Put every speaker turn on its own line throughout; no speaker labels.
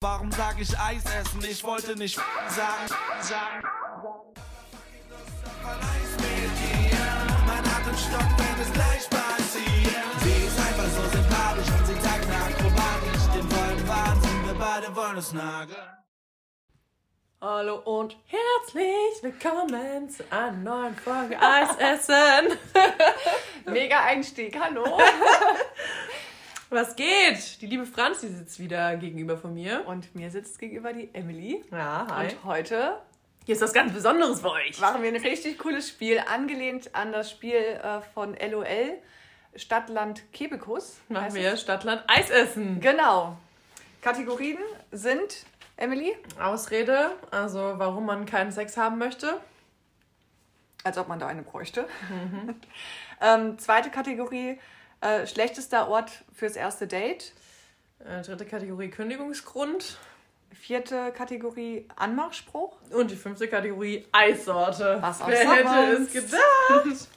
Warum sag ich Eis essen? Ich wollte nicht sagen, sagen. Verleih's mir dir. Mein Atem stockt, wenn es gleich passiert. Sie ist einfach so sympathisch und sie sagt akrobatisch. Den wollen Wahnsinn, wir beide wollen es nageln.
Hallo und herzlich willkommen zu einer neuen Folge Eis essen.
Mega Einstieg, hallo.
Was geht? Die liebe Franzi sitzt wieder gegenüber von mir.
Und mir sitzt gegenüber die Emily.
Ja,
Und heute
Hier ist was ganz Besonderes für euch.
machen wir ein richtig cooles Spiel, angelehnt an das Spiel äh, von LOL, Stadtland Kebekus.
Machen
heißt
wir
es.
Stadtland Eis essen.
Genau. Kategorien sind, Emily,
Ausrede, also warum man keinen Sex haben möchte.
als ob man da eine bräuchte.
Mhm.
ähm, zweite Kategorie, äh, schlechtester Ort fürs erste Date.
Äh, dritte Kategorie Kündigungsgrund.
Vierte Kategorie, Anmachspruch.
Und die fünfte Kategorie Eissorte.
Was auch
Wer hätte es
sonst?
gedacht?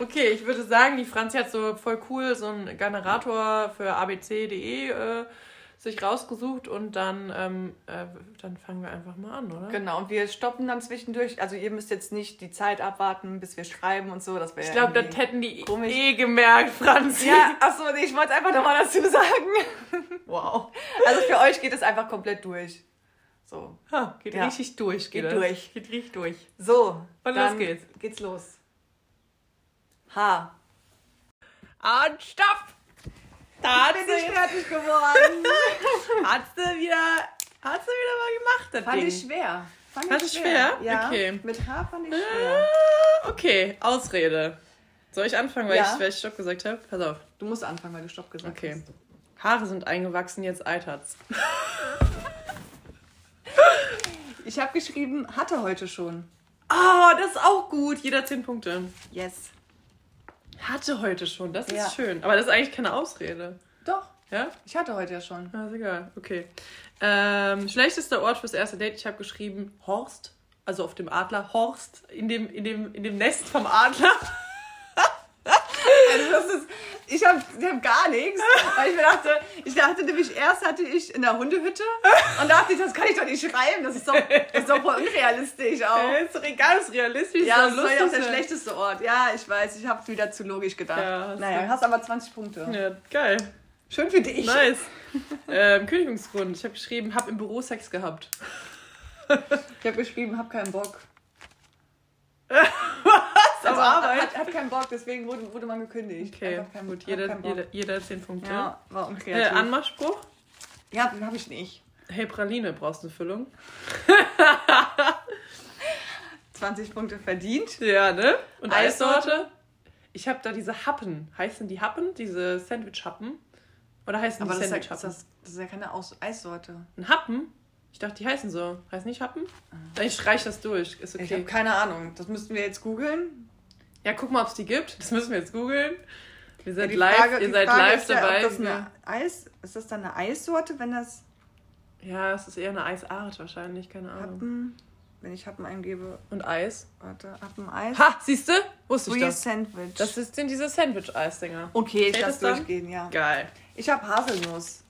Okay, ich würde sagen, die Franzi hat so voll cool so einen Generator für abc.de äh, sich rausgesucht und dann, ähm, äh, dann fangen wir einfach mal an, oder?
Genau, und wir stoppen dann zwischendurch. Also ihr müsst jetzt nicht die Zeit abwarten, bis wir schreiben und so. Das wäre
Ich glaube,
ja
das hätten die
komisch.
eh gemerkt, Franzi.
Ja, achso, nee, ich wollte es einfach nochmal dazu sagen.
Wow.
Also für euch geht es einfach komplett durch. So.
Ha, geht
Ja.
richtig durch.
Geht
das.
durch.
Geht richtig durch.
So.
Und
dann
los geht's.
Geht's los. Ha.
Und stopp! Da hat sie,
fertig geworden.
hat sie wieder, hat sie wieder mal gemacht, das
Fand
Ding.
ich schwer. Fand
Fand
ich
ich schwer?
Ja.
Okay.
Mit H fand ich schwer.
Ah, Okay, Ausrede. Soll ich anfangen, weil,
Ja.
ich, weil ich Stopp gesagt habe? Pass auf.
Du musst anfangen, weil du Stopp gesagt
Okay.
hast.
Haare sind eingewachsen, jetzt eitert's.
Ich habe geschrieben, hatte heute schon.
Oh, das ist auch gut. Jeder 10 Punkte.
Yes.
Hatte heute schon, das ist
Ja.
schön. Aber das ist eigentlich keine Ausrede.
Doch.
Ja?
Ich hatte heute ja schon.
Ah, ist egal. Okay. Ähm, schlechtester Ort fürs erste Date. Ich habe geschrieben Horst. Also auf dem Adler. Horst. In dem, in dem, in dem Nest vom Adler.
Ich habe hab gar nichts, weil ich mir dachte, ich dachte nämlich erst hatte ich in der Hundehütte und dachte ich, das kann ich doch nicht schreiben, das ist doch, das ist doch voll unrealistisch auch.
Äh, ist doch egal, ist realistisch.
Oh. Ja,
ist
das
doch ne?
war ja auch der
sein.
schlechteste Ort. Ja, ich weiß, ich habe wieder zu logisch gedacht.
Ja,
Ja,
hast
naja,
du.
hast aber 20 Punkte.
Ja, geil.
Schön für dich.
Nice. ähm, Kündigungsgrund. Ich habe geschrieben, habe im Büro Sex gehabt.
Ich habe geschrieben, hab keinen Bock. Also,
Das ist aber
Hab, hab keinen Bock, deswegen wurde, wurde man gekündigt.
Okay,
Einfach kein-
gut,
hab
jeder,
keinen Bock.
jeder, jeder 10 Punkte.
Ja, war
äh,
unkreativ.
Anmachspruch.
ja, habe ich nicht.
Hey Praline, brauchst du eine Füllung?
20 Punkte verdient.
Ja, ne? Und
Eissorte?
Eissorte? Ich habe da diese Happen. Heißen die Happen? Diese Sandwich-Happen? Oder heißen
Aber
die
das ist, ja,
Sandwich-Happen?
das, das ist ja keine Aus Eissorte.
Ein Happen? Ich dachte, die heißen so. Heißt nicht Happen? Ich streich das durch. Ist
Ah. Ich habe
okay.
keine Ahnung. Das müssten wir jetzt googeln.
Ja, guck mal, ob es die gibt. Das müssen wir jetzt googeln. Wir
Ja,
sind
die
live,
Frage-
ihr
die
seid
Frage
live
ist ja,
dabei. ne?
ob das
Wir-
eine Eis, ist das dann eine Eissorte, wenn das
Ja, es ist eher eine Eisart wahrscheinlich, keine Ahnung.
Happen, wenn ich Happen eingebe,
Und Eis.
warte, Happen Eis.
Ha, siehst du? Wusste ich
Free
das.
Sandwich.
Das ist- sind diese Sandwich-Eis-Dinger.
okay, ich
Steht
lasse
das dann?
durchgehen, ja.
Geil.
Ich habe Haselnuss.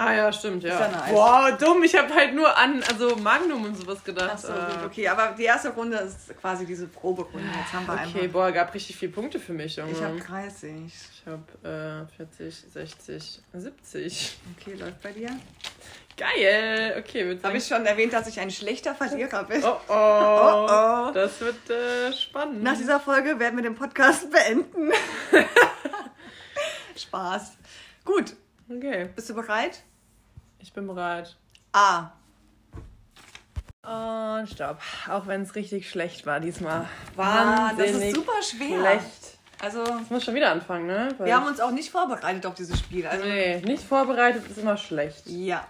Ah ja, stimmt, ja.
Ist ja eine Eis-
Boah, dumm. Ich habe halt nur an also Magnum und sowas gedacht.
Achso,
Äh,
gut, okay, aber die erste Runde ist quasi diese Proberunde. Jetzt haben wir
Okay,
einfach.
boah, gab richtig viel Punkte für mich, Junge.
Ich habe 30.
Ich hab, äh, 40, 60, 70.
Okay, läuft bei dir.
Geil. Okay, wird
Habe ich schon erwähnt, dass ich ein schlechter Verlierer bin?
Oh oh.
Oh, oh.
Das wird äh, spannend.
Nach dieser Folge werden wir den Podcast beenden. Spaß. Gut,
okay,
bist du bereit? Ah,
ich bin bereit.
A.
Und Oh, stopp. Auch wenn es richtig schlecht war diesmal.
Ah, das ist
Wahnsinnig
super schwer.
schlecht.
Also,
Ich muss schon wieder anfangen, ne? Weil
wir haben uns auch nicht vorbereitet auf dieses Spiel. Also,
nee, nicht vorbereitet ist immer schlecht.
ja.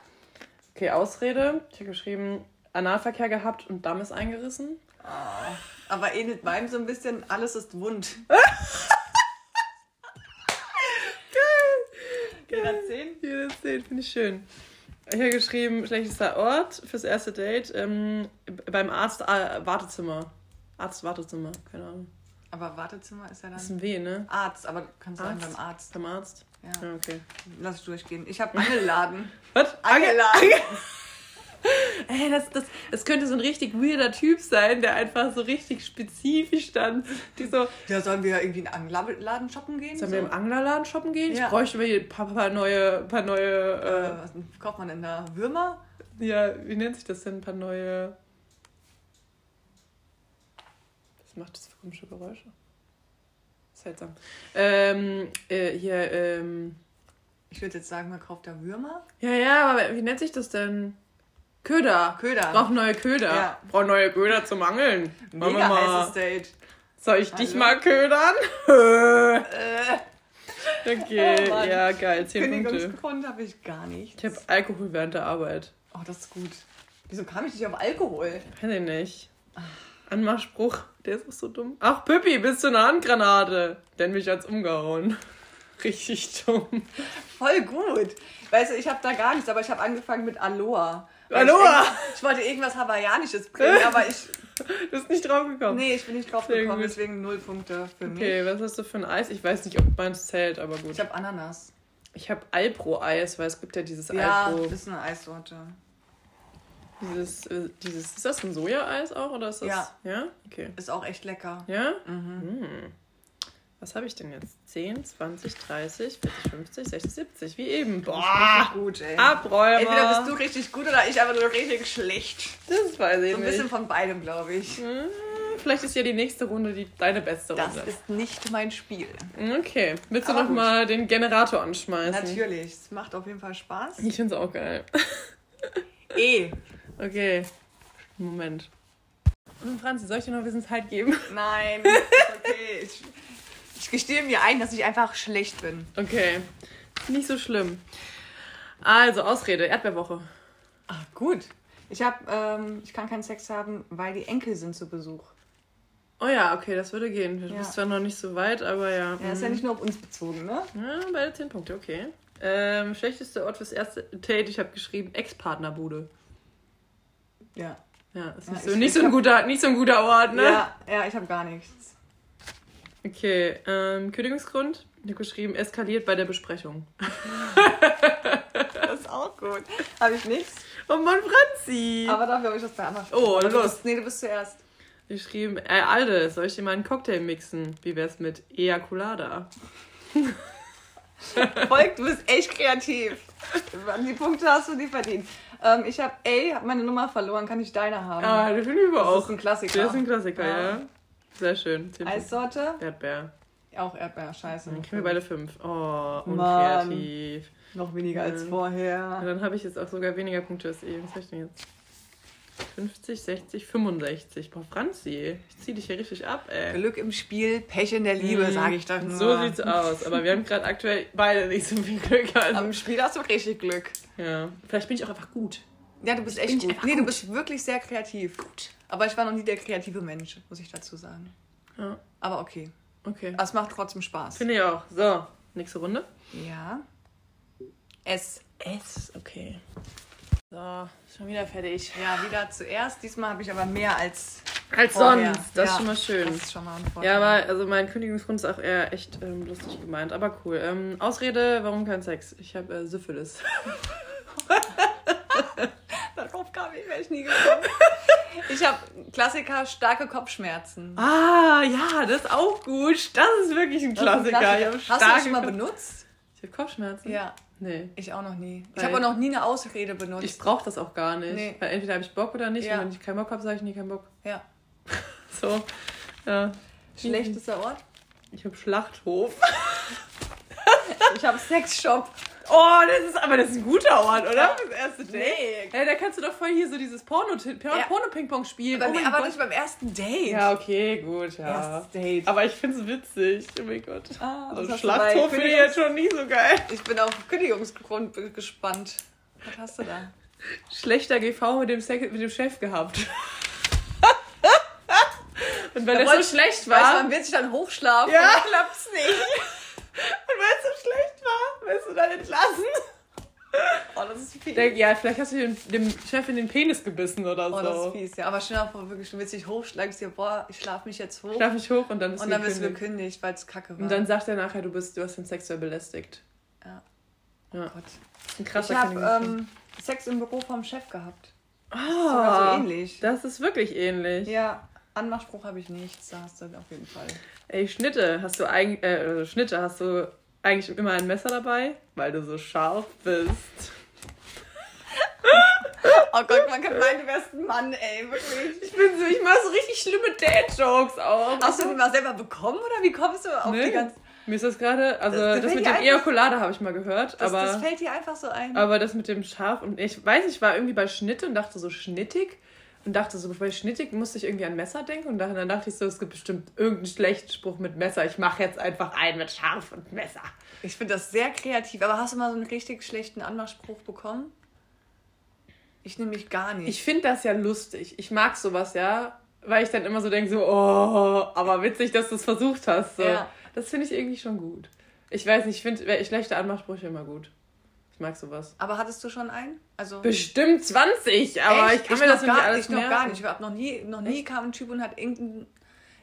Okay, Ausrede. Ich habe geschrieben, Analverkehr gehabt und Damm ist eingerissen.
Aber ähnelt meinem so ein bisschen, alles ist wund. Jeder zehn?
Jeder zehn, finde ich schön. Ich habe geschrieben, schlechtester Ort fürs erste Date. Ähm, beim Arzt äh, Wartezimmer. Arzt Wartezimmer, keine Ahnung.
Aber Wartezimmer ist ja
Das
dann
ist ein W, ne?
Arzt, aber du kannst sagen
Arzt.
beim Arzt.
Beim Arzt.
Ja.
Ja, okay.
Lass durchgehen. Ich habe Angelladen.
Was?
Angelladen.
Ey, das, das, das könnte so ein richtig weirder Typ sein, der einfach so richtig spezifisch dann, die so,
Ja, sollen wir irgendwie in einen Anglerladen shoppen gehen?
sollen wir im Anglerladen shoppen gehen?
Ja.
Ich bräuchte mir ein paar, paar neue, paar
äh,
neue,
was kauft man denn da? Würmer?
äh, ja, wie nennt sich das denn, ein paar neue... Was macht das für komische Geräusche? Seltsam. Ähm, äh, hier, ähm...
Ich würde jetzt sagen, man kauft da Würmer.
Ja, ja, aber wie nennt sich das denn? Köder.
Köder.
Braucht neue Köder.
Ja.
Braucht neue Köder zum Angeln. Wollen wir
Mega
mal.
heißes Date.
Soll ich dich
Hallo?
mal ködern? okay,
Äh, Oh Mann.
ja, geil. Zehn Punkte.
Kündigungsgrund habe ich gar nicht.
Ich hab Alkohol während der Arbeit.
Oh, das ist gut. Wieso kam ich nicht auf Alkohol?
Weiß ich nicht. Anmachspruch, der ist auch so dumm. Ach, Pippi, bist du eine Handgranate? Denn mich hat's umgehauen. Richtig dumm.
Voll gut. Weißt du, ich habe da gar nichts, aber ich habe angefangen mit Aloha. Weil ich
Aloha!
irgend- Ich wollte irgendwas Hawaiianisches bringen, aber ich.
Du bist nicht draufgekommen.
Nee, ich bin nicht drauf
Sehr
gekommen,
gut.
deswegen null Punkte für mich.
Okay, was hast du für ein Eis? Ich weiß nicht, ob meins zählt, aber gut.
Ich habe Ananas.
Ich habe Alpro-Eis, weil es gibt ja dieses
Ja,
Alpro.
das ist eine Eissorte.
Dieses, äh, dieses, ist das ein Sojaeis auch oder ist das?
Ja. Mhm.
Ja? Okay.
Ist auch echt lecker.
Ja? Hm. Was habe ich denn jetzt? 10, 20, 30, 40, 50, 60, 70, wie eben. Boah!
Richtig gut, ey.
Abräumer!
Entweder bist du richtig gut oder ich einfach nur richtig schlecht.
das weiß ich
So ein
nicht.
bisschen von beidem, glaube ich.
Hm, Vielleicht ist ja die nächste Runde die, deine beste
Das
Runde.
ist nicht mein Spiel.
Okay. Willst du
Aber
noch
gut.
mal den Generator anschmeißen?
Natürlich, es macht auf jeden Fall Spaß.
Ich find's auch geil.
Eh,
Okay. Moment. Und Franzi, soll ich dir noch ein bisschen Zeit geben?
nenein, ist okay. Ich, ich gestehe mir ein, dass ich einfach schlecht bin.
Okay. Nicht so schlimm. Also, Ausrede, Erdbeerwoche.
Ah, gut. Ich hab, ähm, ich kann keinen Sex haben, weil die Enkel sind zu Besuch.
Oh ja, okay, das würde gehen. Du
Ja.
bist zwar noch nicht so weit, aber ja. Mhm.
Ja, ist ja nicht nur auf uns bezogen, ne?
Ja, beide 10 Punkte, okay. Ähm, schlechtester Ort fürs erste Date, ich habe geschrieben, Ex-Partnerbude.
Ja.
Ja, ist
Ja,
nicht,
ich-
so, nicht,
ich
so ein
hab-
guter, nicht so ein guter Ort, ne?
Ja, ja, ich habe gar nichts.
Okay, ähm, Kündigungsgrund, ich habe geschrieben, eskaliert bei der Besprechung.
Das ist auch gut. Habe ich nichts.
Oh Mann, Franzi!
Aber dafür habe ich das bei anderen.
Oh,
Aber du
los.
bist- Nee, du bist zuerst.
Ich schrieben, äh, Alde, soll ich dir mal einen Cocktail mixen? Wie wär's mit Ejaculada?
Volk, du bist echt kreativ. An die Punkte hast du die verdient. Ähm, ich habe, ey, hab meine Nummer verloren, kann ich deine haben?
Ah, den finde ich aber
das
auch.
ist ein Klassiker.
Der ist ein Klassiker,
Ja.
ja. Also- Sehr schön. Zehn Punkte.
Eissorte,
Erdbeer.
auch Erdbeer, scheiße.
Dann kriegen wir beide fünf. Oh,
Mann.
unkreativ.
Noch weniger als
Mhm. Und
vorher.
dann habe ich jetzt auch sogar weniger Punkte als eben. Was hab ich denn jetzt? 50, 60, 65. Boah, Franzi, ich zieh dich hier richtig ab, ey.
Glück im Spiel, Pech in der Liebe,
Mhm.
sage ich doch nur.
So sieht's aus. Aber wir haben gerade aktuell beide nicht so viel Glück. Also,
Am Spiel hast du richtig Glück.
ja. Vielleicht bin ich auch einfach gut.
Ja, du bist
bin
echt
nicht
gut.
einfach
Nee, du
gut.
bist wirklich sehr kreativ. Gut. Aber ich war noch nie der kreative Mensch, muss ich dazu sagen.
Ja,
Aber okay.
okay.
Aber es macht trotzdem Spaß.
Finde ich auch. So, nächste Runde.
Ja. Es.
S, okay. So, schon wieder fertig.
Ja, wieder zuerst. Diesmal habe ich aber mehr als
Als
Vorher.
sonst. Das
Ja.
ist schon mal
Das
schön.
ist schon mal ein Vorteil.
Ja, aber also mein Kündigungsgrund ist auch eher echt ähm, lustig gemeint, aber cool. Ähm, Ausrede, warum kein Sex? Ich habe äh, Syphilis.
darauf kam ich, wäre ich nie gekommen. ich habe Klassiker starke Kopfschmerzen.
Ah, ja, das ist auch gut. Das ist wirklich ein
Das ist ein
Klassiker. Ich
Hast du
habe
das schon mal benutzt?
Ich habe Kopfschmerzen.
Ja,
Nee.
ich auch noch nie. Ich
Weil-
habe auch noch nie eine Ausrede benutzt.
Ich brauche das auch gar nicht.
Nee.
Weil entweder habe ich Bock oder nicht.
Ja.
Und wenn ich keinen Bock habe, sage ich nie keinen Bock.
ja.
Mhm. So. Ja.
Schlechtester Ort?
Ich habe Schlachthof.
Ich habe Sexshop.
Oh, das ist aber das ist ein guter Ort, oder? Das erste
Nee.
Hey, da kannst du doch voll hier so dieses Porno-
Ja.
Porno-Ping-Pong spielen.
Bei
Oh
mir,
mein
aber
Gott.
nicht beim ersten Date.
Ja, okay, gut, ja.
Erstes Date.
Aber ich find's witzig. Oh mein Gott.
Ah, das
also
hast du
Schlachthof
bei
finde ich
Kündigungs-
jetzt schon nicht so geil.
Ich bin auf Kündigungsgrund be- gespannt. Was hast du da?
Schlechter GV mit dem, Sek mit dem Chef gehabt. Und weil
Da
er
wollte-
so schlecht
Weißt du,
war,
man wird sich dann hochschlafen.
Ja.
und dann klappt's nicht.
und weil es so schlecht war, wirst du dann entlassen.
Oh, das ist fies.
Denk, ja, vielleicht hast du dem, dem Chef in den Penis gebissen oder
oh, das ist
so.
fies. Ja, aber stell dir mal vor, wirklich, du willst dich hochschlagen, dir, boah, ich schlaf mich jetzt hoch.
Schlaf mich hoch und dann bist
Und
du
dann wirst du
gekündigt.
gekündigt, weil es kacke war.
Und dann sagt er nachher, du, bist, du hast ihn sexuell belästigt.
Ja. Oh
Ja,
Gott.
ein krasser
Ich ähm, habe
Kündigungsgrund.
ähm, Sex im Büro vom Chef gehabt. Sogar so ähnlich.
Das ist wirklich ähnlich.
Ja, Anmachspruch habe ich nichts, da hast du auf jeden Fall.
Ey, Schnitte hast du eigentlich, äh, also Schnitte hast du eigentlich immer ein Messer dabei, weil du so scharf bist.
Oh Gott, man kann meinen besten Mann, ey, wirklich.
Ich bin so, ich mache so richtig schlimme Dad-Jokes auch.
Hast du die mal selber bekommen oder wie kommst du auf die
Nee.
ganzen.
Mir ist das gerade, also
Das- das
das, mit
fällt dir
dem
einfach-
Ejakulade habe ich mal gehört,
Das,
aber
das fällt dir einfach so ein.
Aber das mit dem Schaf und ich weiß, ich war irgendwie bei Schnitte und dachte so schnittig und dachte so, bei schnittig musste ich irgendwie an Messer denken und dann dann dachte ich so, es gibt bestimmt irgendeinen schlechten Spruch mit Messer. Ich mache jetzt einfach einen mit Schaf und Messer.
Ich finde das sehr kreativ. Aber hast du mal so einen richtig schlechten Anmachspruch bekommen? Ich nehme mich gar nicht.
Ich finde das ja lustig. Ich mag sowas ja, weil ich dann immer so denke so, oh, aber witzig, dass du es versucht hast. So.
Ja.
Das finde ich irgendwie schon gut. Ich weiß nicht, ich finde schlechte Anmachsprüche immer gut. Ich mag sowas.
aber hattest du schon einen? Also
Bestimmt 20, aber
Echt?
ich kann mir das
noch
nicht
gar,
alles
Ich noch gar
merken.
nicht. Ich habe noch nie, noch nie kam ein Typ und hat irgendeinen,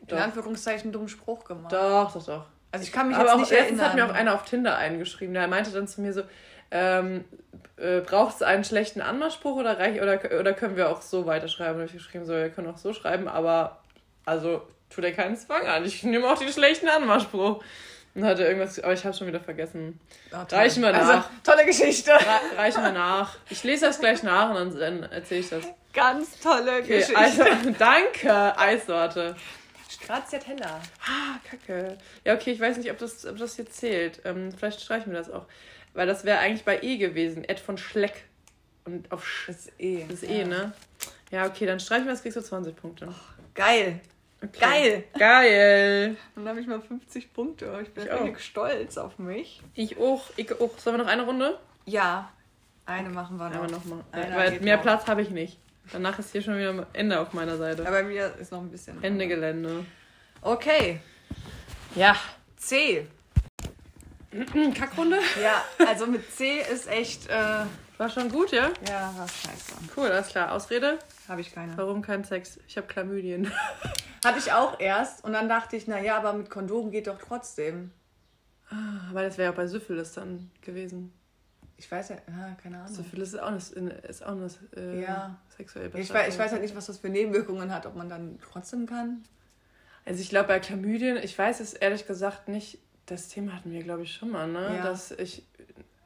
in
Doch.
Anführungszeichen, dummen Spruch gemacht.
Doch, doch, doch.
Also ich kann mich
Aber
jetzt
auch
nicht
letztens
erinnern.
hat mir auch einer auf Tinder eingeschrieben. Der meinte dann zu mir so, ähm, äh, braucht es einen schlechten Anmachspruch oder, reich, oder, oder können wir auch so weiterschreiben? Und hab ich geschrieben so, wir können auch so schreiben, aber also tut er keinen Zwang an. Ich nehme auch den schlechten Anmachspruch. Und hatte irgendwas, aber ich habe schon wieder vergessen.
Ah, toll.
Reichen wir
Also,
nach.
tolle Geschichte.
Re reichen wir nach. Ich lese das gleich nach und dann, dann erzähle ich das.
Ganz tolle
Okay,
Geschichte.
also, danke, Eissorte.
Grazia Teller.
Ah, Kacke. Ja, okay, ich weiß nicht, ob das, ob das hier zählt. Ähm, vielleicht streichen wir das auch. Weil das wäre eigentlich bei E gewesen. Ed von Schleck. Und auf Sch
Das ist eh.
ist E, ne? Ja, okay, dann streichen wir das, kriegst du 20 Punkte.
Geil.
Okay.
Oh, Geil.
Geil.
Dann habe ich mal 50 Punkte. Ich bin
Ich
richtig stolz auf mich.
Ich auch, ich auch. Sollen wir noch eine Runde?
Ja, eine machen wir noch.
Aber nochmal.
Einer
Weil
geht
mehr
noch.
Platz habe ich nicht. Danach ist hier schon wieder Ende auf meiner Seite.
Aber mir ist noch ein bisschen.
Ende Gelände.
Okay,
Ja.
C.
Hm, Kackrunde?
Ja, also mit C ist echt. Äh,
War schon gut, ja?
ja, was scheiße.
Cool, alles klar. Ausrede?
Habe ich keine.
Warum kein Sex? Ich habe Chlamydien.
Hatte ich auch erst und dann dachte ich, naja, aber mit Kondom geht doch trotzdem.
Aber das wäre ja bei Syphilis dann gewesen.
Ich weiß ja, ah, keine Ahnung.
Syphilis ist auch eine, ist auch eine äh,
Ja.
sexuell
Ich weiß, ich weiß halt nicht, was das für Nebenwirkungen hat, ob man dann trotzdem kann.
Also ich glaube bei Chlamydien, ich weiß es ehrlich gesagt nicht, das Thema hatten wir glaube ich schon mal, ne?
Ja.
Dass ich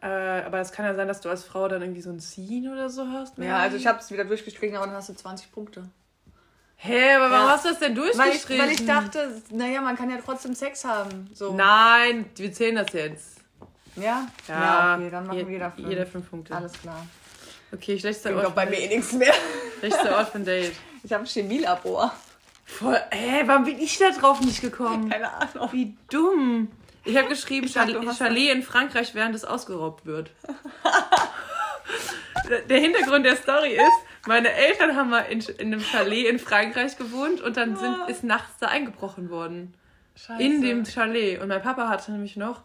äh, aber es kann ja sein, dass du als Frau dann irgendwie so ein Ziehen oder so hast. ne?
Ja, also ich habe es wieder durchgestrichen, aber dann hast du 20 Punkte.
Hä, aber warum
Ja.
hast du das denn
Weil ich,
durchgestrichen?
weil ich dachte, naja, man kann ja trotzdem Sex haben. So.
Nein, wir zählen das jetzt.
Ja?
Ja,
okay, dann machen
je-
wir dafür.
Jeder fünf Punkte.
Alles klar.
Okay, schlechtester
Bringt doch
Ort,
bei mir eh nichts mehr.
schlechtester Ort für ein Date.
Ich habe ein Chemielabor.
Voll, hä, warum bin ich da drauf nicht gekommen?
Keine Ahnung.
Wie dumm. Ich habe geschrieben,
Ich dachte,
Chal-
du hast
Chalet in Frankreich, während es ausgeraubt wird. der Hintergrund der Story ist, meine Eltern haben mal in, in einem Chalet in Frankreich gewohnt und dann sind, ist nachts da eingebrochen worden.
Scheiße.
In dem Chalet. Und mein Papa hatte nämlich noch,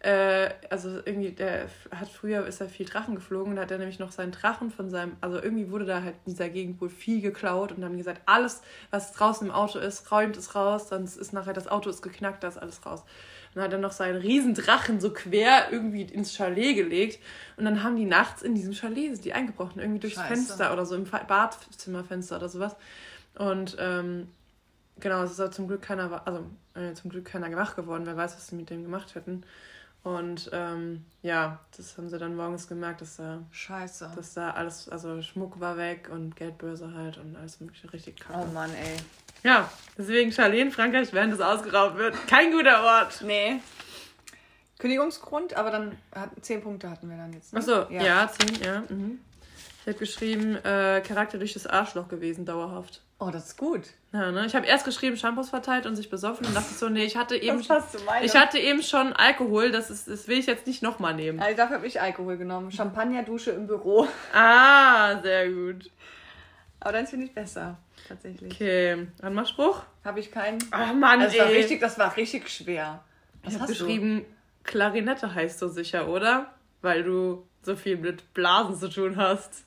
äh, also irgendwie, der f- hat früher, ist er viel Drachen geflogen und hat er nämlich noch seinen Drachen von seinem, also irgendwie wurde da halt in dieser Gegend wohl viel geklaut und haben gesagt, alles, was draußen im Auto ist, räumt es raus, sonst ist nachher das Auto ist geknackt, da ist alles raus. Und dann hat er noch seinen Riesendrachen so quer irgendwie ins Chalet gelegt und dann haben die nachts in diesem Chalet, sind die eingebrochen, irgendwie durchs
Scheiße.
Fenster oder so im Fa- Badzimmerfenster oder sowas. Und ähm, genau, es ist auch zum Glück keiner, wa- also äh, zum Glück keiner wach geworden, wer weiß, was sie mit dem gemacht hätten. Und ähm, ja, das haben sie dann morgens gemerkt, dass da,
Scheiße.
dass da alles, also Schmuck war weg und Geldbörse halt und alles mögliche richtig kacke.
oh Mann, ey.
Ja, deswegen Chalet in Frankreich, während es ausgeraubt wird. Kein guter Ort.
Nee. Kündigungsgrund, aber dann hat, 10 Punkte hatten wir dann jetzt. Ne?
Achso, ja. ja, zehn, ja. Mhm. Ich hätte geschrieben, äh, Charakter durch das Arschloch gewesen, dauerhaft.
Oh, das ist gut.
Ja, ne? Ich habe erst geschrieben, Shampoos verteilt und sich besoffen und dachte so, nee, ich hatte eben,
du meine.
ich hatte eben schon Alkohol, das, ist, das will ich jetzt nicht nochmal nehmen.
also dafür habe ich Alkohol genommen. Champagnerdusche im Büro.
Ah, sehr gut.
Aber dann finde ich besser. Tatsächlich.
Okay, Anmachspruch?
Habe ich keinen.
Ach Mann,
Also, das, war
ey.
richtig, das war richtig schwer.
ich
Was
habe
hast du?
geschrieben, Klarinette heißt du sicher, oder? Weil du so viel mit Blasen zu tun hast.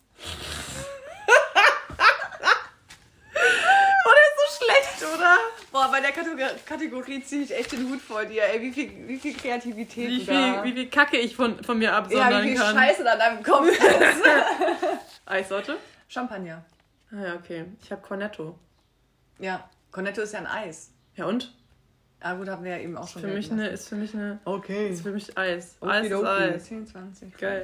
oder ist so schlecht, oder?
Boah, bei der Kategor- Kategorie ziehe ich echt den Hut vor dir, ey. Wie viel, wie viel Kreativität
Wie
du da.
viel, wie viel Kacke ich von, von mir
ja,
absondern
wie viel
kann.
Scheiße da an deinem Kopf ist.
Eissorte?
Champagner.
Ah ja, okay. Ich habe Cornetto.
Ja, Cornetto ist ja ein Eis.
Ja und?
Ah gut, haben wir ja eben auch schon
Für mich eine, ist für mich eine,
Okay.
ist für mich Eis. Eis ist
Okidoki.
Eis.
10, 20,
Geil.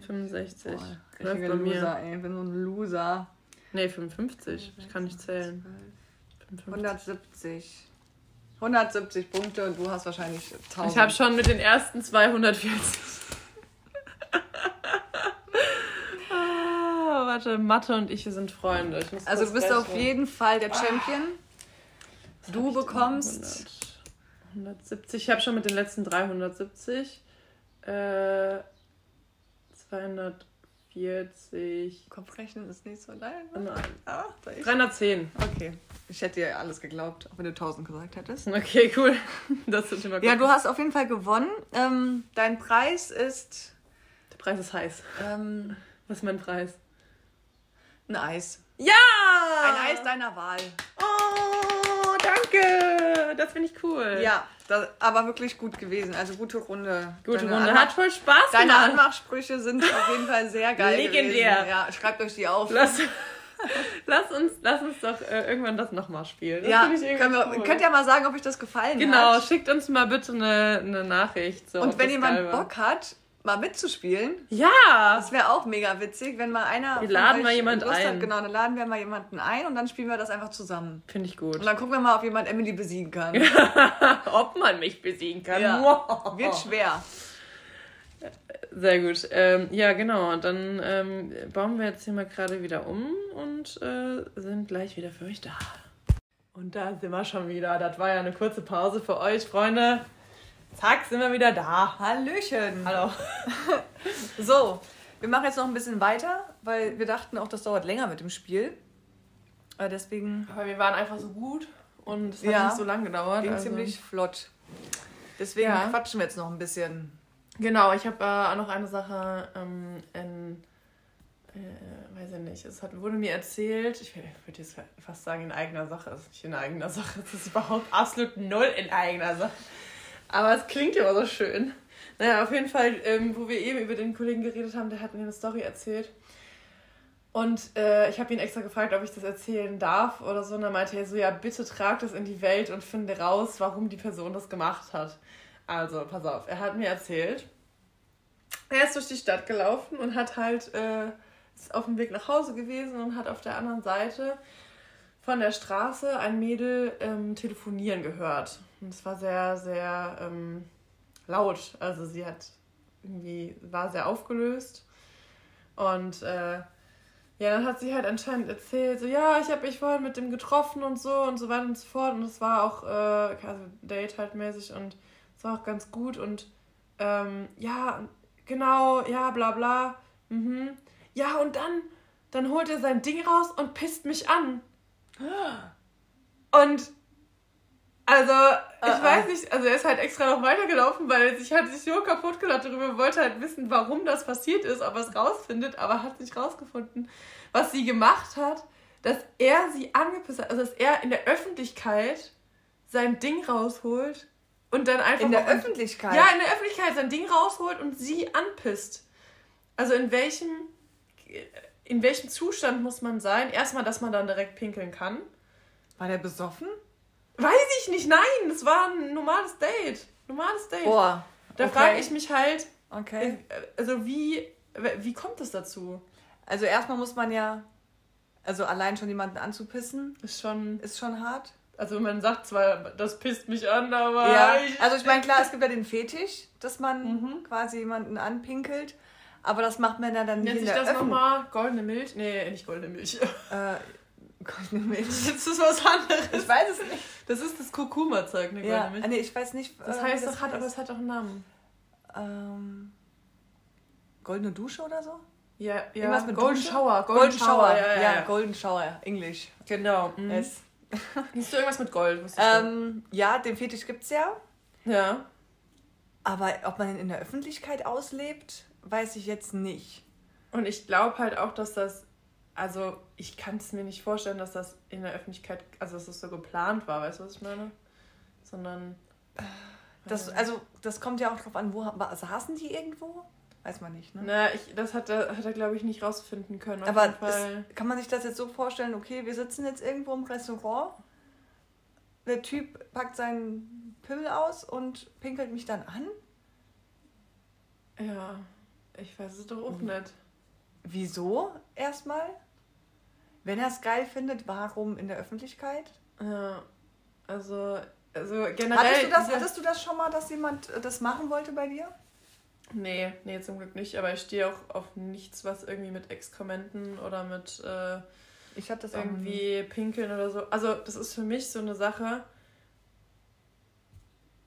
30, 35.
65.
Boah,
Läuft
richtiger
bei mir.
Loser, ey. Ich bin so ein Loser.
Nee, 55. Ich kann nicht zählen. 55.
170. 170 Punkte und du hast wahrscheinlich 1000.
Ich habe schon mit den ersten 240. ah, warte, Mathe und ich sind Freunde. Ich muss
also du
kurz
bist auf
rechnen.
jeden Fall der Champion.
Ah. Hab
Du
ich denn?
bekommst
100, 170. Ich habe schon mit den letzten 370. Äh, 240.
Kopfrechnen ist nicht so dein. ne?
Nein.
Ah, da ich.
310.
Okay. Ich hätte dir alles geglaubt, auch wenn du 1000 gesagt hättest.
Okay, cool. Das sind immer gut.
Ja, du hast auf jeden Fall gewonnen. Ähm, dein Preis ist
Der Preis ist heiß.
ähm,
Was ist mein Preis?
ein Eis.
Ja!
Ein
Ah.
Eis deiner Wahl.
Oh, danke. Das finde ich cool.
Ja, das, aber wirklich gut gewesen. Also gute Runde.
Gute
Deine
Runde.
Anmach-
Hat voll Spaß
Deine
gemacht.
Anmachsprüche sind auf jeden Fall sehr geil.
Legendär.
Gewesen. Ja, schreibt euch die auf.
Lass, lass, uns, lass uns doch äh, irgendwann das nochmal spielen. Das
ja,
find ich irgendwie
können wir,
cool.
könnt ihr mal sagen, ob euch das gefallen
Genau,
hat.
schickt uns mal bitte eine, eine Nachricht. So, ob
Und wenn
das
jemand
geil war.
Bock hat, mal mitzuspielen,
Ja!
das wäre auch mega witzig, wenn mal einer.
Wir
von
laden
euch
mal jemanden
Lust
ein.
Hat. Genau, dann laden wir mal jemanden ein und dann spielen wir das einfach zusammen.
Finde ich
Und
gut.
dann gucken wir mal, ob jemand Emily besiegen kann.
Ob man mich besiegen kann.
Ja.
Wow.
Wird schwer.
Sehr gut. Ähm, ja, genau. Und Dann ähm, bauen wir jetzt hier mal gerade wieder um und äh, sind gleich wieder für euch da. Und da sind wir schon wieder. Das war ja eine kurze Pause für euch, Freunde. Zack, sind wir wieder da.
Hallöchen.
Hallo.
So, wir machen jetzt noch ein bisschen weiter, weil wir dachten auch, das dauert länger mit dem Spiel. Äh, deswegen
Aber wir waren einfach so gut und es hat
Ja.
nicht so lang gedauert.
ging
also-
ziemlich flott. Deswegen
Ja.
quatschen wir jetzt noch ein bisschen.
Genau, ich habe äh, auch noch eine Sache ähm, in, äh, weiß ich nicht, es hat, wurde mir erzählt, ich würde jetzt fast sagen in eigener Sache, es ist nicht in eigener Sache, es ist überhaupt absolut null in eigener Sache. Aber es klingt immer so schön. Naja, auf jeden Fall, ähm, wo wir eben über den Kollegen geredet haben, der hat mir eine Story erzählt. Und äh, ich habe ihn extra gefragt, ob ich das erzählen darf oder so. Und dann meinte er so, ja, bitte trag das in die Welt und finde raus, warum die Person das gemacht hat. Also, pass auf, er hat mir erzählt, er ist durch die Stadt gelaufen und hat halt, äh, ist auf dem Weg nach Hause gewesen und hat auf der anderen Seite von der Straße ein Mädel ähm, telefonieren gehört. Und es war sehr, sehr ähm, laut. Also sie hat irgendwie, war sehr aufgelöst. Und äh, ja, dann hat sie halt anscheinend erzählt, so, ja, ich habe mich vorhin mit dem getroffen und so und so weiter und so fort. Und es war auch, äh, also Date halt mäßig und es war auch ganz gut. Und ähm, ja, genau, ja, bla bla. Mhm. Ja, und dann, dann holt er sein Ding raus und pisst mich an. Und also, ich
Ah, ah.
weiß nicht, also er ist halt extra noch weitergelaufen, weil er sich hat sich so kaputt gelacht darüber, wollte halt wissen, warum das passiert ist, ob er es rausfindet, aber hat nicht rausgefunden, was sie gemacht hat, dass er sie angepisst hat, also dass er in der Öffentlichkeit sein Ding rausholt und dann einfach
In der
auf ein-
Öffentlichkeit.
ja, in der Öffentlichkeit sein Ding rausholt und sie anpisst. Also in welchem, in welchem Zustand muss man sein? Erstmal, dass man dann direkt pinkeln kann.
War der besoffen?
Weiß ich nicht, nein, es war ein normales Date. Normales Date.
Boah.
da
okay.
frage ich mich halt, äh,
Okay.
also wie, wie kommt es dazu?
Also erstmal muss man ja, also allein schon jemanden anzupissen,
Ist schon,
ist schon hart.
also man sagt zwar, das pisst mich an, aber
Ja,
Ah, ich,
also ich meine, klar, es gibt ja den Fetisch, dass man
Mhm.
quasi jemanden anpinkelt, aber das macht man ja dann nicht
nennt
in
sich
der
das
Öffentlichkeit.
nochmal goldene Milch? Nee, nicht goldene Milch.
Äh, goldene Milch.
Das ist was anderes.
Ich weiß es nicht.
Das ist das Kurkuma-Zeug, eine
Ja,
goldene Milch.
ah, nee, ich weiß nicht.
Das
äh,
heißt,
wie
das hat, aber es hat auch einen Namen.
Ähm, goldene Dusche oder so?
Ja, ja.
Irgendwas mit
Golden
Dusche?
Shower. Golden,
Golden
Shower.
Shower.
Ja, ja, ja.
Golden Shower. Englisch.
Genau. Mhm.
Yes.
Siehst du irgendwas mit Gold? wusstest du?
Ähm, ja, den Fetisch gibt's ja.
ja.
Aber ob man ihn in der Öffentlichkeit auslebt, weiß ich jetzt nicht.
Und ich glaube halt auch, dass das, also ich kann es mir nicht vorstellen, dass das in der Öffentlichkeit, also dass das so geplant war, weißt du, was ich meine? Sondern. äh,
Das, also, das kommt ja auch drauf an, wo ha- also, saßen die irgendwo? Weiß man nicht, ne?
Na, ich, das hat er, hat er glaube ich, nicht rausfinden können. auf
Aber
jeden Fall.
ist, kann man sich das jetzt so vorstellen, okay, wir sitzen jetzt irgendwo im Restaurant, der Typ packt seinen Pimmel aus und pinkelt mich dann an?
ja, ich weiß es doch auch nicht.
Wieso erstmal? Wenn er es geil findet, warum in der Öffentlichkeit?
Ja, also, also generell.
Hattest du, das,
dieser-
hattest du das schon mal, dass jemand äh, das machen wollte bei dir?
Nee, nee, zum Glück nicht. Aber ich stehe auch auf nichts, was irgendwie mit Exkrementen oder mit äh,
Ich hatte das irgendwie.
irgendwie pinkeln oder so. Also, das ist für mich so eine Sache.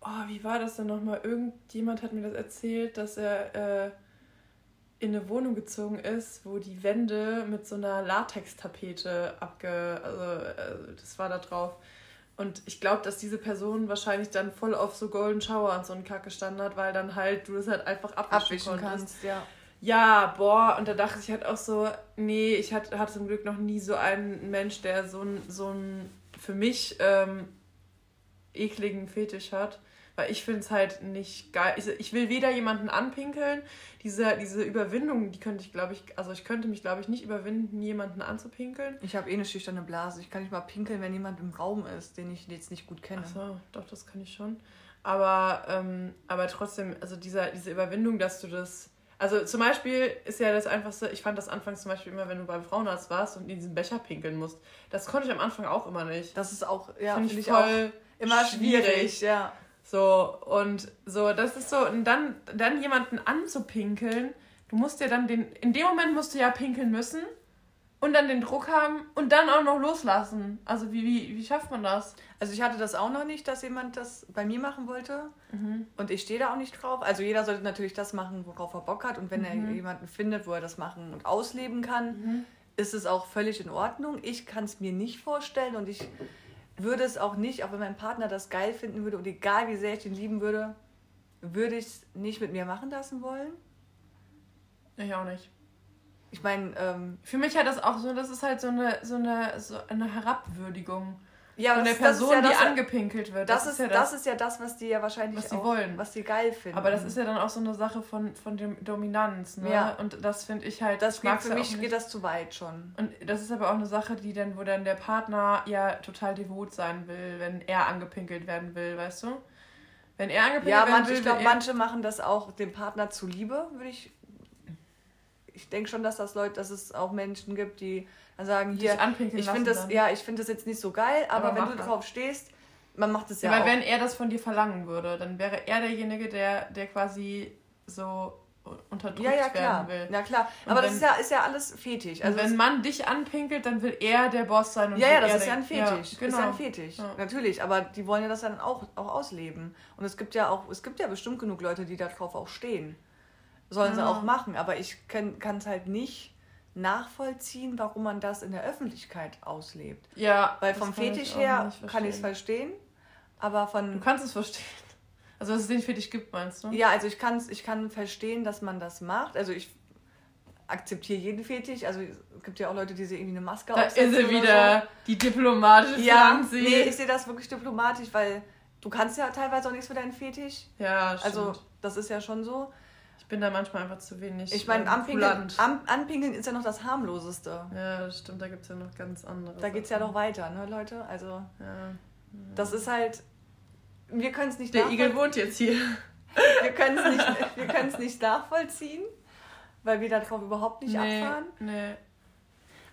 Oh, wie war das denn nochmal? Irgendjemand hat mir das erzählt, dass er äh, in eine Wohnung gezogen ist, wo die Wände mit so einer Latextapete abge. Also, äh, das war da drauf. Und ich glaube, dass diese Person wahrscheinlich dann voll auf so Golden Shower und so einen Kack gestanden hat, weil dann halt du das halt einfach abwischen,
abwischen
konntest.
kannst, ja.
Ja, boah, und da dachte ich halt auch so, nee, ich hatte, hatte zum Glück noch nie so einen Mensch, der so einen so einen für mich ähm, ekligen Fetisch hat. Weil ich finde es halt nicht geil. Ich, ich will weder jemanden anpinkeln, diese, diese Überwindung, die könnte ich, glaube ich, also ich könnte mich, glaube ich, nicht überwinden, jemanden anzupinkeln.
Ich habe eh eine schüchterne Blase. Ich kann nicht mal pinkeln, wenn jemand im Raum ist, den ich jetzt nicht gut kenne.
Achso, doch, das kann ich schon. Aber, ähm, aber trotzdem, also dieser, diese Überwindung, dass du das. Also zum Beispiel ist ja das Einfachste, ich fand das anfangs zum Beispiel immer, wenn du beim Frauenarzt warst und in diesen Becher pinkeln musst. Das konnte ich am Anfang auch immer nicht.
Das ist auch, ja,
Find
finde ich auch immer schwierig. Ja.
So, und so, das ist so, und dann, dann jemanden anzupinkeln, du musst dir dann den, in dem Moment musst du ja pinkeln müssen und dann den Druck haben und dann auch noch loslassen. Also wie, wie, wie schafft man das?
Also ich hatte das auch noch nicht, dass jemand das bei mir machen wollte.
Mhm.
Und ich stehe da auch nicht drauf. Also jeder sollte natürlich das machen, worauf er Bock hat. Und wenn er
Mhm.
jemanden findet, wo er das machen und ausleben kann, ist es auch völlig in Ordnung. Ich kann es mir nicht vorstellen und ich würde es auch nicht, auch wenn mein Partner das geil finden würde und egal wie sehr ich ihn lieben würde, würde ich es nicht mit mir machen lassen wollen.
Ich auch nicht.
Ich meine, ähm,
Für mich hat das auch so, das ist halt so eine, so eine, so eine Herabwürdigung
ja,
von der
das- das ist
Person,
ja
die
das-
angepenkt wird.
Das ist,
ja
das ist ja das, was die ja wahrscheinlich
was die
auch,
wollen.
was die geil finden.
Aber das ist ja dann auch so eine Sache von, von dem Dominanz, ne?
Ja.
Und das finde ich halt,
das
ich
geht
mag's
für
ja
mich
auch
geht
nicht.
das zu weit schon.
Und das ist aber auch eine Sache, die dann, wo dann der Partner ja total devot sein will, wenn er angepinkelt werden will, weißt du? Wenn er angepinkelt
Ja,
werden
manche,
will,
ich glaube,
will er-
manche machen das auch dem Partner zuliebe, würde ich. Ich denke schon, dass das Leute, dass es auch Menschen gibt, die dann sagen,
Die sich
hier,
anpinkeln
ich finde
lassen
das,
dann.
ja, ich finde das jetzt nicht so geil, aber,
Aber
wenn
mach
du
das.
drauf stehst, man macht es ja,
Ja, weil
auch.
wenn er das von dir verlangen würde, dann wäre er derjenige, der, der quasi so unterdrückt
ja, ja, klar.
werden will.
Ja, klar. Aber das
wenn-
ist ja, ist ja alles Fetisch. Also
Also wenn ein Mann dich anpinkelt, dann will er der Boss sein. Und
Ja,
will
ja, das
er
ist
der-
ja ein Fetisch.
Ja, genau.
Ist ja ein Fetisch.
Ja.
Natürlich, aber die wollen ja das dann auch, auch ausleben. Und es gibt ja auch, es gibt ja bestimmt genug Leute, die darauf auch stehen. Sollen sie
Ja.
auch machen, aber ich kann es halt nicht nachvollziehen, warum man das in der Öffentlichkeit auslebt.
Ja,
Weil
das
vom
kann ich
Fetisch
auch
her
nicht
kann ich es
verstehen.
verstehen, aber
Du
von.
kannst es verstehen. Also, dass es den Fetisch gibt, meinst du?
Ja, also ich, kann's, ich kann verstehen, dass man das macht. Also ich akzeptiere jeden Fetisch. Also es gibt ja auch Leute, die sich irgendwie eine Maske
Da ist sie
oder
wieder, die diplomatische
Ja,
Franzi.
nee, ich sehe das wirklich diplomatisch, weil du kannst ja teilweise auch nichts für deinen Fetisch.
ja, stimmt.
Also
Also,
das ist ja schon so.
ich bin da manchmal einfach zu wenig.
Ich meine,
ähm,
anpingeln,
kulant.
am, anpingeln ist ja noch das harmloseste.
Ja, das stimmt, da gibt es ja noch ganz andere.
Da geht's ja
Sachen.
noch weiter, ne, Leute? Also
Ja.
das ist halt, wir können es nicht,
Der
nachvoll
Igel wohnt jetzt hier.
wir können's nicht, wir können's nicht nachvollziehen, weil wir darauf überhaupt nicht abfahren.
nee.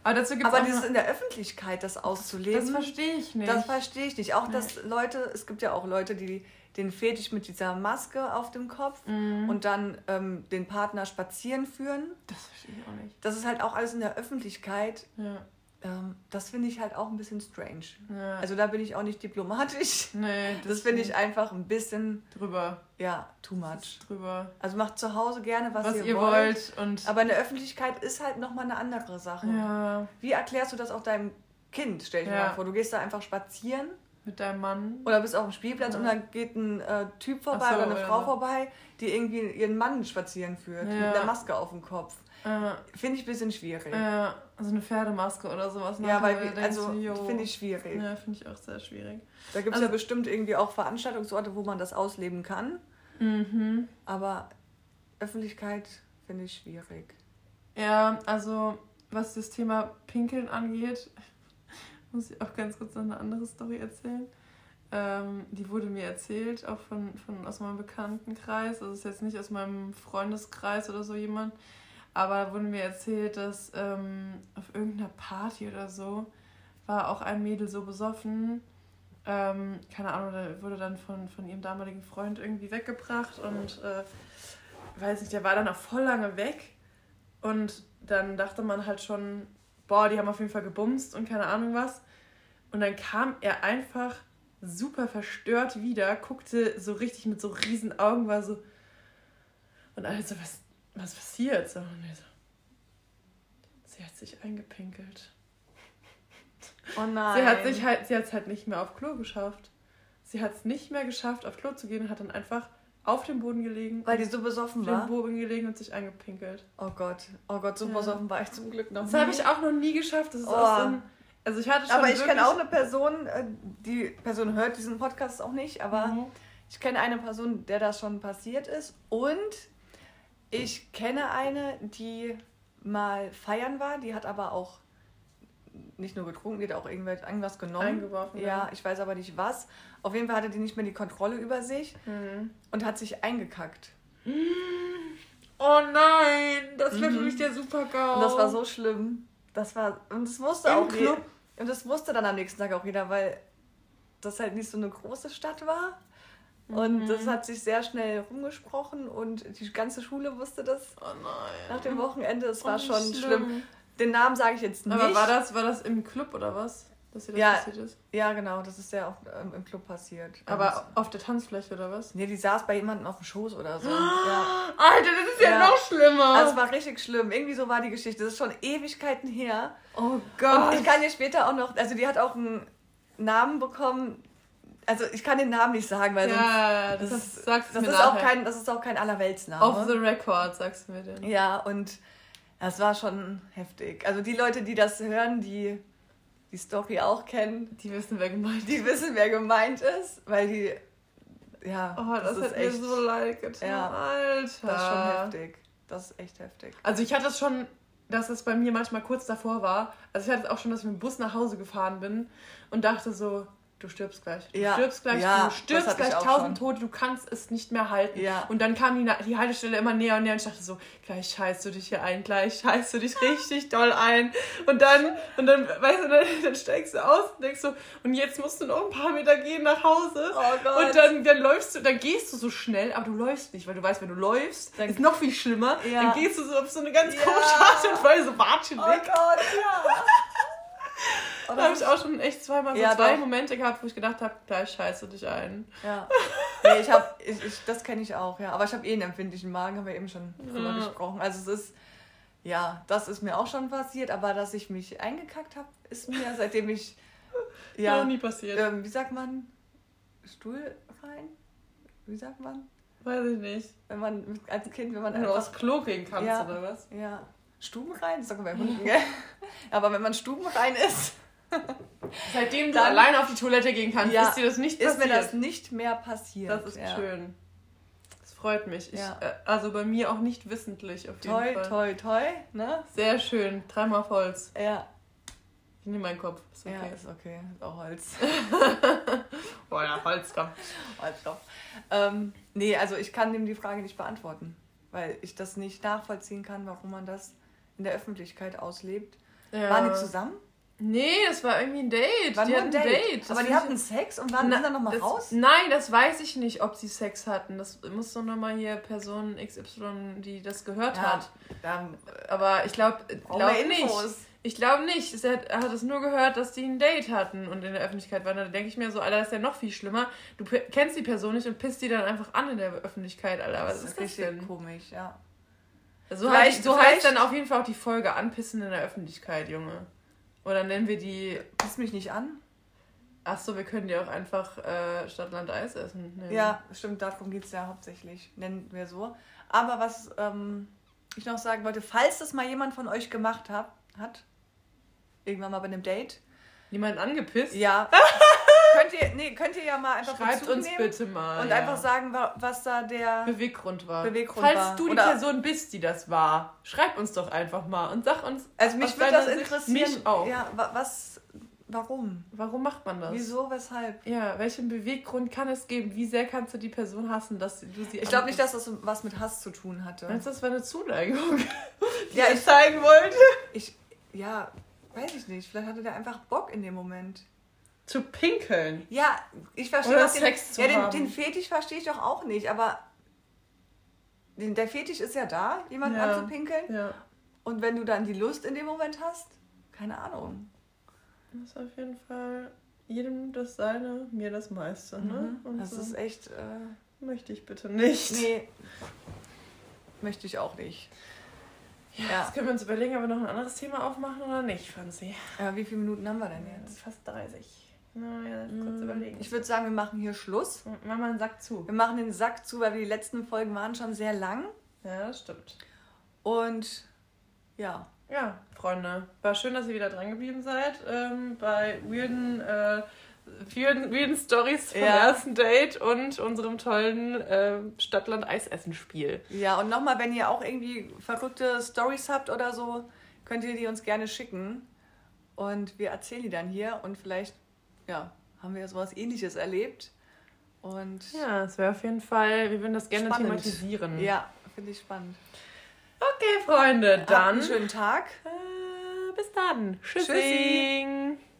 Aber dazu gibt es
Aber
auch.
dieses
noch-
in der Öffentlichkeit, das
das
auszuleben,
verstehe ich nicht.
Das verstehe ich nicht. Auch dass Leute, es gibt ja auch Leute, die den Fetisch mit dieser Maske auf dem Kopf
Mhm.
und dann ähm, den Partner spazieren führen.
Das verstehe ich auch nicht.
Das ist halt auch alles in der Öffentlichkeit.
Ja.
Ähm, das finde ich halt auch ein bisschen strange.
ja.
Also da bin ich auch nicht diplomatisch.
nee,
Das finde ich einfach ein bisschen,
drüber.
ja, too
Das
much.
ist drüber.
Also macht zu Hause gerne, was,
Was,
ihr,
ihr
wollt.
wollt und.
Aber in der Öffentlichkeit ist halt nochmal eine andere Sache.
ja.
Wie erklärst du das auch deinem Kind, stell ich mir
Ja.
mal vor. Du gehst da einfach spazieren
Mit deinem Mann.
Oder bist auf dem Spielplatz
Ja.
und dann geht ein äh, Typ vorbei
Ach so,
oder eine
ja.
Frau vorbei, die irgendwie ihren Mann spazieren führt
Ja.
mit einer Maske auf dem Kopf.
Äh,
Finde ich ein bisschen schwierig.
äh, so eine Pferdemaske oder sowas.
Ja,
nachher,
weil
da
wir,
denkst
also
du, jo.
finde ich schwierig.
Ja, finde ich auch sehr schwierig.
Da gibt es
Also-
ja bestimmt irgendwie auch
Mhm.
Veranstaltungsorte, wo man das ausleben kann. Aber Öffentlichkeit Finde ich schwierig.
Ja, also was das Thema Pinkeln angeht, muss ich auch ganz kurz noch eine andere Story erzählen. Ähm, die wurde mir erzählt, auch von, von aus meinem Bekanntenkreis. Also ist jetzt nicht aus meinem Freundeskreis oder so jemand. Aber wurde mir erzählt, dass ähm, auf irgendeiner Party oder so war auch ein Mädel so besoffen. Ähm, keine Ahnung, da wurde dann von, von ihrem damaligen Freund irgendwie weggebracht und äh, weiß nicht, der war dann auch voll lange weg. Und dann dachte man halt schon, boah, die haben auf jeden Fall gebumst und keine Ahnung was. Und dann kam er einfach super verstört wieder, guckte so richtig mit so riesen Augen, war so. Und alle so, was, was passiert? So, und wir so, sie hat sich eingepinkelt.
Oh nein.
Sie hat sich halt, sie hat's halt nicht mehr auf Klo geschafft. Sie hat es nicht mehr geschafft, auf Klo zu gehen und hat dann einfach auf dem Boden gelegen,
Weil die so besoffen
auf dem
war.
Boden gelegen und sich eingepinkelt.
Oh Gott. Oh Gott, so
Ja.
besoffen war ich zum Glück noch
Das
nie.
habe ich auch noch nie geschafft. Das ist
Mhm. Oh.
auch so ein, also ich hatte schon
aber ich
wirklich,
kenne auch eine Person, äh, die Person hört diesen Podcast auch nicht, aber
Mhm.
ich kenne eine Person, der das schon passiert ist. Und ich kenne eine, die mal feiern war, die hat aber auch nicht nur getrunken, die hat auch irgendwel- irgendwas genommen.
Eingeworfen,
Ja,
ja.
ich weiß aber nicht was. Auf jeden Fall hatte die nicht mehr die Kontrolle über sich und hat sich eingekackt.
Oh nein, das wäre für mich der Super-GAU.
Mhm. Und das war so schlimm. Das war und das wusste
Oh. Im
auch je-
Club?
und das wusste dann am nächsten Tag auch jeder, weil das halt nicht so eine große Stadt war. Und
Mhm.
das hat sich sehr schnell rumgesprochen und die ganze Schule wusste das
Oh nein.
nach dem Wochenende. Es war
Oh,
schon schlimm. Den Namen sage ich jetzt nicht.
Aber war das, war das im Club oder was? Dass dir das
Ja.
passiert ist?
Ja, genau, das ist ja auch ähm, im Club passiert.
Aber auf der Tanzfläche oder was?
Und- nee, die saß bei jemandem auf dem Schoß oder so. ja.
Alter, das ist ja,
Ja.
noch schlimmer.
Also es war richtig schlimm. Irgendwie so war die Geschichte. Das ist schon Ewigkeiten her.
oh
Und
Gott.
ich kann dir später auch noch, also die hat auch einen Namen bekommen. Also ich kann den Namen nicht sagen, weil sonst,
ja, das,
das-
sagst du
das,
mir
ist
nachher.
auch kein, das ist auch kein Allerweltsname.
Off the record, sagst du mir den.
Ja, und das war schon heftig. Also die Leute, die das hören, die die Story auch kennen,
Die wissen, wer gemeint ist.
die wissen, wer gemeint ist, weil die, ja,
Oh, das, hat mir so leid getan.
Ja.
Alter.
das ist schon heftig. Das ist echt heftig.
Also ich hatte es schon, dass es bei mir manchmal kurz davor war. Also ich hatte es auch schon, dass ich mit dem Bus nach Hause gefahren bin und dachte so, du stirbst gleich, du
Ja.
stirbst gleich,
Ja,
du
das
stirbst
hatte ich
gleich,
auch
tausend Tote, du kannst es nicht mehr halten.
Ja.
Und dann kam die, Na- die Haltestelle immer näher und näher und ich dachte so, gleich scheißt du dich hier ein, gleich scheißt du dich richtig doll ein. Und dann, und dann, weißt du, dann, dann steigst du aus und denkst so, und jetzt musst du noch ein paar Meter gehen nach Hause.
Oh Gott.
Und dann, dann läufst du, dann gehst du so schnell, aber du läufst nicht, weil du weißt, wenn du läufst,
Dann-
ist noch viel schlimmer.
Ja.
Dann gehst du so auf so eine ganz
Ja.
komische Art und Weise watschelig.
Oh Gott, ja.
da habe ich auch schon echt zweimal so
Ja,
zwei
doch.
Momente gehabt, wo ich gedacht habe, gleich scheiße dich ein.
Ja. Nee, ich hab, ich, ich, das kenne ich auch, ja. Aber ich habe eh einen empfindlichen Magen, haben wir eben schon drüber
Ja.
gesprochen. Also es ist, ja, das ist mir auch schon passiert, aber dass ich mich eingekackt habe, ist mir, seitdem ich,
Noch
ja,
nie passiert.
ähm, wie sagt man, Stuhl rein? Wie sagt man?
Weiß ich nicht.
Wenn man mit- als Kind, wenn man
Wenn du
einfach,
aufs Klo gehen kannst
Ja.
oder was?
ja, Stuben rein, das sagt man bei Hunden, gell? Aber wenn man Stuben rein ist,
Seitdem du
Dann-
alleine auf die Toilette gehen kannst,
Ja.
ist dir das nicht passiert.
ist mir das nicht mehr passiert.
Das ist
ja.
schön. Das freut mich. Ich,
Ja.
äh, also bei mir auch nicht wissentlich auf jeden
Toi,
Fall.
toi, toi, ne?
Sehr schön. Dreimal auf Holz.
Ja,
Ich nehme meinen Kopf. Ist okay.
ja, ist okay, ist auch Holz.
Boah, ja, Holz kommt.
Als ob. Ähm, nee, also ich kann dem die Frage nicht beantworten, weil ich das nicht nachvollziehen kann, warum man das in der Öffentlichkeit auslebt.
Ja.
Waren die zusammen?
Äh, Nee, das war irgendwie ein Date.
Waren
die
nur
hatten ein Date. Das
Aber die
find ich-
hatten Sex und waren dann nochmal
das,
raus?
Nein, das weiß ich nicht, ob sie Sex hatten. Das muss doch nochmal hier Person XY, die das gehört hat.
Dann
Aber ich glaube
brauchen
glaub
wir
nicht.
Infos.
Ich glaube nicht. Es hat- Er hat es nur gehört, dass die ein Date hatten und in der Öffentlichkeit waren. Da denke ich mir so, Alter, das ist ja noch viel schlimmer. Du pe- kennst die Person nicht und pisst die dann einfach an in der Öffentlichkeit, Alter. Was
Das
ist
ist
das
richtig
denn? Also
komisch, ja.
So,
Vielleicht-
heißt, so heißt
vielleicht-
dann auf jeden Fall auch die Folge Anpissen in der Öffentlichkeit, Junge. Oder nennen wir die
Pisst mich nicht an?
Achso, wir können ja auch einfach äh, Stadtland Eis essen. Nee.
Ja, stimmt, darum geht es ja hauptsächlich, nennen wir so. Aber was ähm, ich noch sagen wollte, falls das mal jemand von euch gemacht hab, hat, irgendwann mal bei einem Date,
Niemand angepisst?
Ja. Könnt ihr, nee, könnt ihr ja mal einfach
Schreibt
Bezug
uns
nehmen
bitte mal.
und
ja.
einfach sagen, wa- was da der.
Beweggrund war.
Beweggrund
Falls
war.
du die
Oder-
Person bist, die das war, schreib uns doch einfach mal und sag uns.
Also
aus
mich würde das
deiner Sicht-
interessieren.
Mich auch.
Ja, wa- was, warum?
Warum macht man das?
Wieso, weshalb?
Ja, welchen Beweggrund kann es geben? Wie sehr kannst du die Person hassen, dass du sie.
Ich glaube nicht, dass das was mit Hass zu tun hatte.
Also Meinst du, das war eine Zuneigung, die
Ja,
er
ich-
zeigen wollte?
Ich, ja, weiß ich nicht. Vielleicht hatte der einfach Bock in dem Moment.
Zu pinkeln.
Ja, ich verstehe
Oder
auch den,
Sex zu
ja, den,
haben.
den Fetisch verstehe ich doch auch nicht, aber den, der Fetisch ist ja da, jemanden
Ja.
anzupinkeln.
Ja,
Und wenn du dann die Lust in dem Moment hast, keine Ahnung.
das ist auf jeden Fall jedem das Seine, mir das meiste. Ne?
Mhm.
Und
Das
so
ist echt. Äh,
möchte ich bitte nicht.
nee. Möchte ich auch nicht. Ja.
Jetzt können wir uns überlegen, ob wir noch ein anderes Thema aufmachen oder nicht, Franzi.
Aber wie viele Minuten haben wir denn jetzt? Mhm.
Fast 30. Na, ja, kurz überlegen.
Mm, Ich würde sagen, wir machen hier Schluss.
Mach mal einen Sack zu.
Wir machen den Sack zu, weil die letzten Folgen waren schon sehr lang.
Ja, das stimmt.
Und ja.
Ja, Freunde, war schön, dass ihr wieder dran geblieben seid ähm, bei weirden, äh, weirden, weirden Stories vom
Ja.
ersten Date und unserem tollen ähm, Stadtland-Eisessen-Spiel.
Ja, und nochmal, wenn ihr auch irgendwie verrückte Stories habt oder so, könnt ihr die uns gerne schicken. Und wir erzählen die dann hier und vielleicht, ja, haben wir sowas ähnliches erlebt. Und
Ja, es wäre auf jeden Fall, wir würden das gerne
Spannend.
thematisieren.
ja, Ah, finde ich spannend.
Okay, Freunde,
Habt
dann
einen schönen Tag.
äh, bis dann. Tschüssing.
Tschüssi.